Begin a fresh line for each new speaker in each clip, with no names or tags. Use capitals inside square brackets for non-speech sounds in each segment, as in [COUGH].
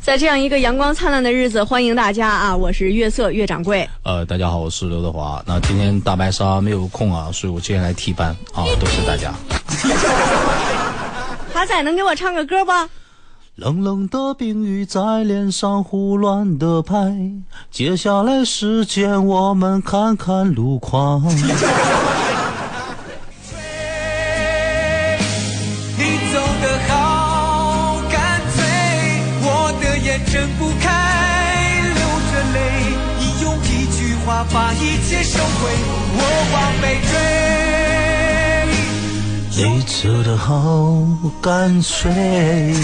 在这样一个阳光灿烂的日子，欢迎大家啊！我是月色月掌柜。
呃，大家好，我是刘德华。那今天大白鲨没有空啊，所以我今天来替班
[LAUGHS]
啊，多谢大家。
华仔，能给我唱个歌不？
冷冷的冰雨在脸上胡乱的拍，接下来时间我们看看
[LAUGHS]
路况。
你走得好干脆，我的眼睁不开，流着泪，你用一句话把一切收回，我往北追。
你走的好干脆。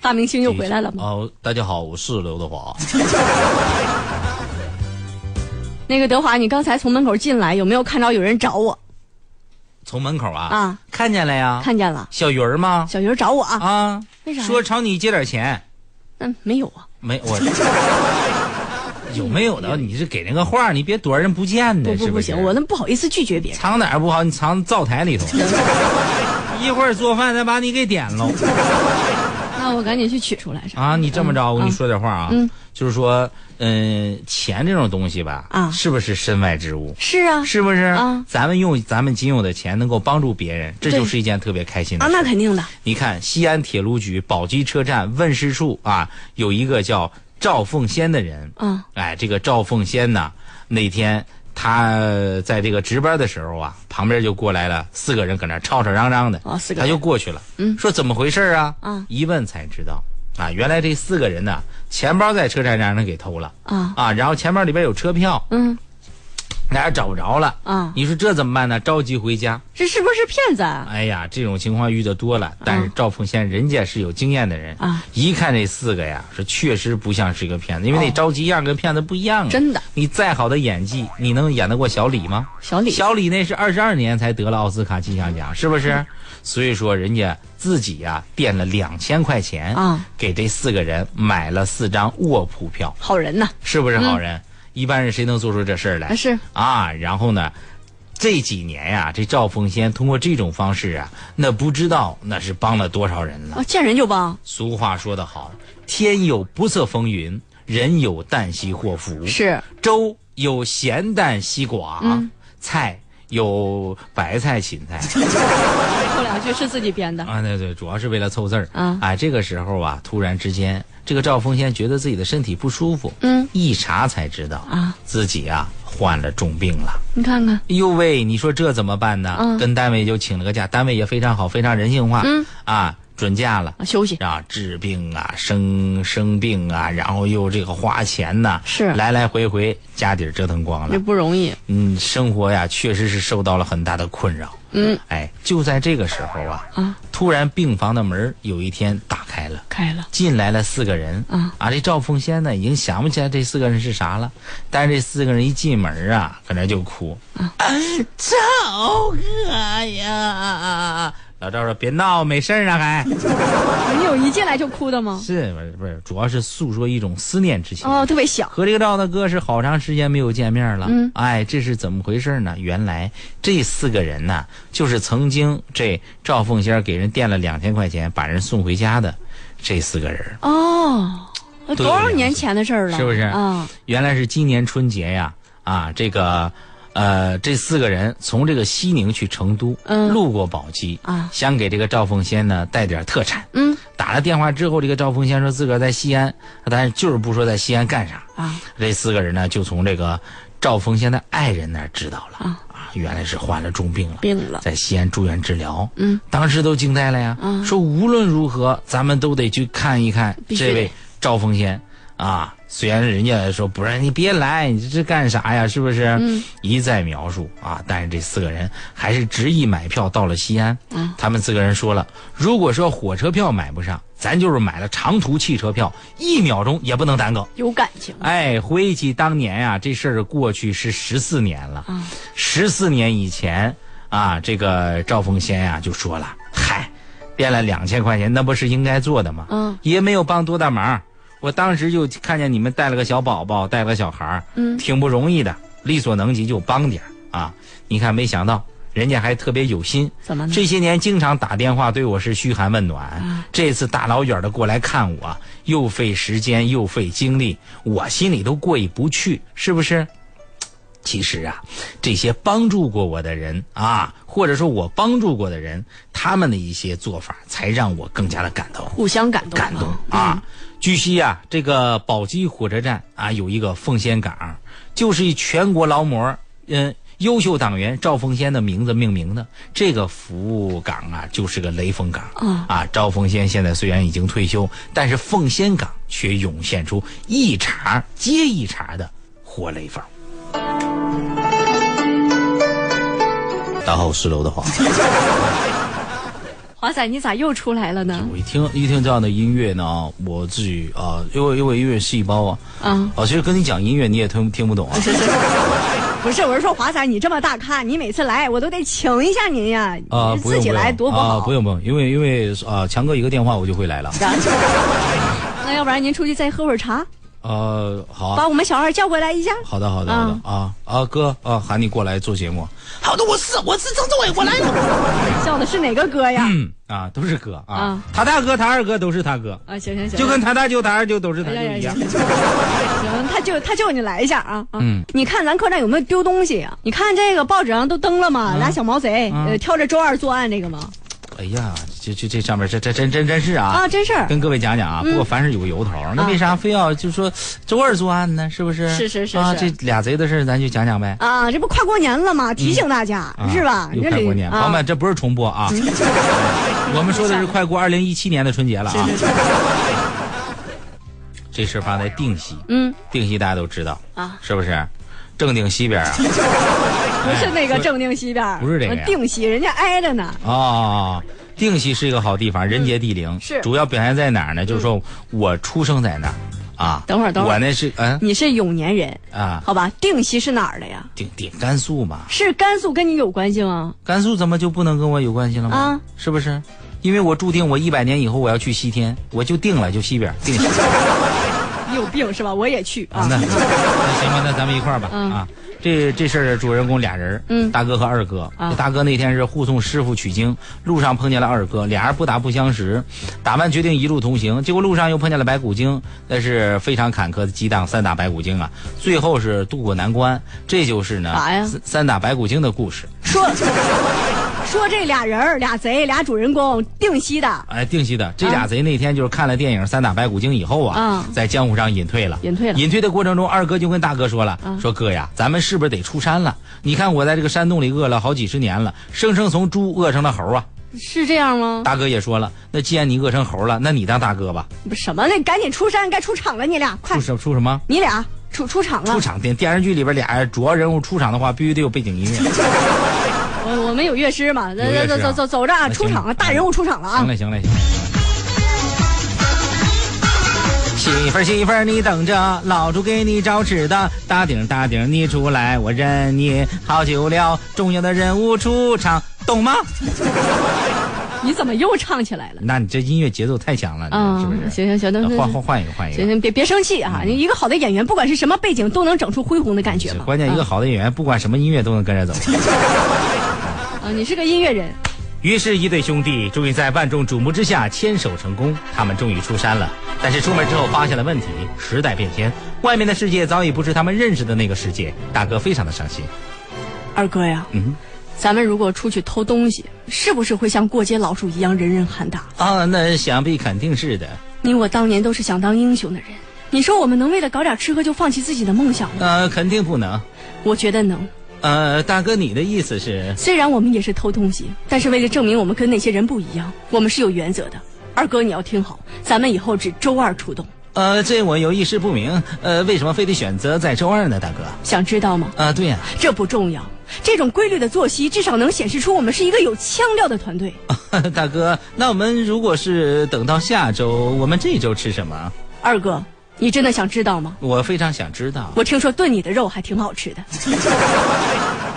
大明星又回来了吗？
啊、大家好，我是刘
[LAUGHS]
德华。
那个德华，你刚才从门口进来，有没有看着有人找我？
从门口啊
啊，
看见了呀，
看见了，
小鱼儿吗？
小鱼儿找我啊？
啊，
为啥呀
说朝你借点钱，
嗯，没有啊，
没我有没有的？你是给那个话，你别躲人不见的，
不不
是
不
是
行，我那不好意思拒绝别人。
藏哪儿不好？你藏灶台里头，一会儿做饭再把你给点喽。
那我赶紧去取出来啥？
啊，你这么着，我跟你
嗯
说点话啊，就是说，嗯、钱这种东西吧，
啊
是不是身外之物？
是啊，
是不是？
啊
咱们用咱们仅有的钱能够帮助别人，这
对
就是一件特别开心的
啊，
事。
那肯定的。
你看，西安铁路局宝鸡车站问世处啊，有一个叫赵凤仙的人。
嗯，
哎，这个赵凤仙呐，那天他在这个值班的时候啊，旁边就过来了四个人，搁那儿吵吵嚷嚷的。
哦四个
他
人
就过去了，嗯，说怎么回事啊？
嗯
一问才知道啊，原来这四个人呢，钱包在车站让人给偷了
啊
然后钱包里边有车票，
嗯，
俩人找不着了
啊
你说这怎么办呢？着急回家，
这是不是骗子啊？
哎呀，这种情况遇得多了，但是赵凤仙人家是有经验的人
啊，哦
一看这四个呀，是确实不像是一个骗子，因为那着急样跟骗子不一样啊。
真的，
你再好的演技，你能演得过小李吗？
小李嗯
小李那是二十二年才得了奥斯卡金像奖，是不是？所以说人家自己呀、垫了两千块钱
啊，
给这四个人买了四张卧铺票，
好人呐，
是不是好人？一般人谁能做出这事儿来？
啊是
啊，然后呢，这几年呀、这赵凤仙通过这种方式啊，那不知道那是帮了多少人了。
啊，见人就帮，
俗话说得好，天有不测风云，人有旦夕祸福。
是嗯
粥有咸蛋西瓜，菜有白菜芹菜。
后两句是自己编的。
啊，对对，主要是为了凑字儿。
啊
哎，这个时候啊，突然之间，这个赵凤仙觉得自己的身体不舒服，
嗯，
一查才知道
啊，
自己啊患了重病了。
你看看，
哎呦喂，你说这怎么办呢？
嗯
跟单位就请了个假，单位也非常好，非常人性化，
嗯
啊，准假了
啊，。休息
啊，治病啊，生生病啊，然后又这个花钱呐、
是
来来回回家底儿折腾光了
这，不容易。
嗯，生活呀，确实是受到了很大的困扰。
嗯，
哎，就在这个时候啊，
啊，
突然病房的门儿有一天打开了。
开了，
进来了四个人
啊
这赵凤仙呢已经想不起来这四个人是啥了，但是这四个人一进门啊，搁那就哭啊，赵哥呀！老赵说：“别闹，没事儿啊，还
啊你有一进来就哭的吗？
是不是不是？主要是诉说一种思念之情。
哦，特别想
和这个赵大哥是好长时间没有见面了。
嗯
哎，这是怎么回事呢？原来这四个人呐，就是曾经这赵凤仙儿给人垫了两千块钱，把人送回家的这四个人儿，
哦，
对
多少年前的事儿了，
是不是
啊，
原来是今年春节呀，啊，这个。呃，这四个人从这个西宁去成都，
嗯
路过宝鸡
啊
想给这个赵凤仙呢带点特产。
嗯
打了电话之后，这个赵凤仙说自个儿在西安，但是就是不说在西安干啥。
啊，
这四个人呢，就从这个赵峰仙的爱人那儿知道了
啊
原来是患了重病了，
病了，
在西安住院治疗。
嗯，
当时都惊呆了呀，说无论如何咱们都得去看一看
必须
这
得
位赵凤仙啊。虽然人家说不是你别来，你这是干啥呀？是不是？嗯，一再描述啊，但是这四个人还是执意买票到了西安。嗯，他们四个人说了，如果说火车票买不上，咱就是买了长途汽车票，一秒钟也不能耽搁。
有感情，
哎，回忆起当年呀、这事儿过去是十四年了。
啊
十四年以前啊，这个赵凤仙呀、就说了：“嗨，垫了两千块钱，那不是应该做的吗？
嗯，
也没有帮多大忙。我当时就看见你们带了个小宝宝，带了个小孩儿，
嗯
挺不容易的，力所能及就帮点儿啊。你看，没想到人家还特别有心。
怎么呢嗯
这些年经常打电话对我是嘘寒问暖，这次大老远的过来看我，又费时间又费精力，我心里都过意不去，是不是？其实啊，这些帮助过我的人啊，或者说我帮助过的人，他们的一些做法，才让我更加的感动。
互相感动，
感动啊！据悉啊，这个宝鸡火车站啊有一个奉先岗，就是以全国劳模嗯优秀党员赵奉先的名字命名的。这个服务岗啊，就是个雷锋岗
啊
啊！赵奉先现在虽然已经退休，但是奉先岗却涌现出一茬接一茬的活雷锋。
打好十楼的话，
华仔，你咋又出来了呢？
我一听一听这样的音乐呢，我自己啊，因为因为音乐细胞啊，
啊，
啊，其实跟你讲音乐你也听听不懂啊。
不是，我是说华仔，你这么大咖，你每次来我都得请一下您呀，
啊，
你
不
自
用
己来多
不
不
用
好。
啊，
啊
不用不用，因为因为啊，强哥一个电话我就会来了。
那要不然您出去再喝会儿茶，
呃，好啊，
把我们小二叫回来一下。
好的好的
嗯
好的啊啊哥啊，喊你过来做节目。好的，我是我是张政委，我来了。
叫的是哪个哥呀？
嗯啊，都是哥啊
啊，
他大哥、他二哥都是他哥，
啊，行行行，
就跟他大舅、他二舅都是他
哎
舅
呀呀
一
呀
样。
行，他就他就你来一下啊啊！
嗯
你看咱客栈有没有丢东西啊？你看这个报纸上都登了
嗯
嘛，俩小毛贼呃挑着周二作案这个吗？
哎呀，这这这上面这这真真真是啊
啊，真事儿。
跟各位讲讲啊，不过凡事有个由头儿，那
嗯啊
为啥非要就说周二作案呢？是不是？
是是是
啊，这
是
俩贼的事儿咱就讲讲呗。
啊，这不跨过年了吗？提醒大家、
嗯啊
是吧？
又
这
快
里
过年，朋友
啊，嗯
们，这不是重播啊，我们说的是快过二零一七年的春节了啊。这事儿发在定西，
嗯
定西大家都知道
啊，
是不是？正定西边儿啊，
[LAUGHS] 不是那个正定西边儿，
哎不是这个呀
呃定西，人家挨着呢。
哦，定西是一个好地方，人杰地灵。
嗯是嗯
主要表现在哪儿呢？就是说我出生在那儿啊。
等会儿等会儿
我那是嗯
你是永年人，
啊，
好吧？定西是哪儿的呀？
定定甘肃嘛。
是甘肃跟你有关系吗？
甘肃怎么就不能跟我有关系了吗？
啊
是不是？因为我注定我一百年以后我要去西天，我就定了，就西边儿定西。
你有病是吧？我也去
啊
啊
那那行吧，那咱们一块儿吧、
嗯
啊。这这事儿主人公俩人，
嗯
大哥和二哥。
啊
这大哥那天是护送师傅取经，路上碰见了二哥，俩人不打不相识，打完决定一路同行。结果路上又碰见了白骨精，那是非常坎坷的激荡三打白骨精啊，最后是渡过难关。这就是呢，
啥呀
三三打白骨精的故事。
说说这俩人儿俩贼俩主人公定西的
哎，定西的这俩贼那天就是看了电影《三打白骨精》以后啊，
啊嗯
在江湖上隐退了。
隐退了嗯
隐退的过程中，二哥就跟大哥说了，说哥呀，咱们是不是得出山了？你看我在这个山洞里饿了好几十年了，生生从猪饿成了猴啊！
嗯是这样吗？
大哥也说了，那既然你饿成猴了，那你当大哥吧。
不是什么？那赶紧出山，该出场了，你俩快啊
出，什出什么？
你俩出出场了
出。场电电视剧里边俩主要人物出场的话，必须得有背景音乐。
我我们有乐师嘛，走
有乐师啊
走走走走着啊，
那行
出场了，大人物出场了啊
行！了，行了，行了。媳妇儿，媳妇儿，你等着，老猪给你找吃的。大顶，大顶，你出来，我认你好久了。重要的人物出场，懂吗？
你怎么又唱起来了？
那你这音乐节奏太强了，
啊
你嗯是不呃是？
行行行那那
换换换一个，换一
行
个。
行，别别生气啊！
嗯
你一个好的演员，不管是什么背景，都能整出恢宏的感觉嘛。
关键一个好的演员，不管什么音乐都能跟着走。
啊，你是个音乐人，
于是，一对兄弟终于在万众瞩目之下牵手成功，他们终于出山了。但是出门之后发现了问题，时代变迁，外面的世界早已不是他们认识的那个世界。大哥非常的伤心。
二哥呀，
嗯，
咱们如果出去偷东西，是不是会像过街老鼠一样人人喊打？
啊，那想必肯定是的。
你我当年都是想当英雄的人，你说我们能为了搞点吃喝就放弃自己的梦想吗？
呃，肯定不能。
我觉得能。
呃，大哥，你的意思是？
虽然我们也是偷东西，但是为了证明我们跟那些人不一样，我们是有原则的。二哥，你要听好，咱们以后只周二出动，
呃，这我有一事不明。呃，为什么非得选择在周二呢，大哥？
想知道吗？
啊、对呀、 [LAUGHS]
这不重要，这种规律的作息至少能显示出我们是一个有腔调的团队。
大哥，那我们如果是等到下周，我们这周吃什么？
二哥，你真的想知道吗？
我非常想知道。
我听说炖你的肉还挺好吃的。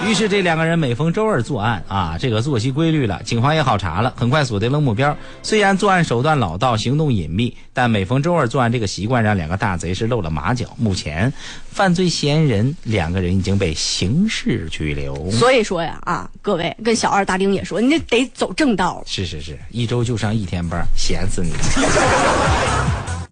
于是这两个人每逢周二作案啊，这个作息规律了，警方也好查了，很快锁定了目标。虽然作案手段老道，行动隐秘，但每逢周二作案这个习惯让两个大贼是露了马脚。目前，犯罪嫌疑人两个人已经被刑事拘留。
所以说呀，啊，各位跟小二大丁也说，你得走正道了。
是是是，一周就上一天班，闲死你了。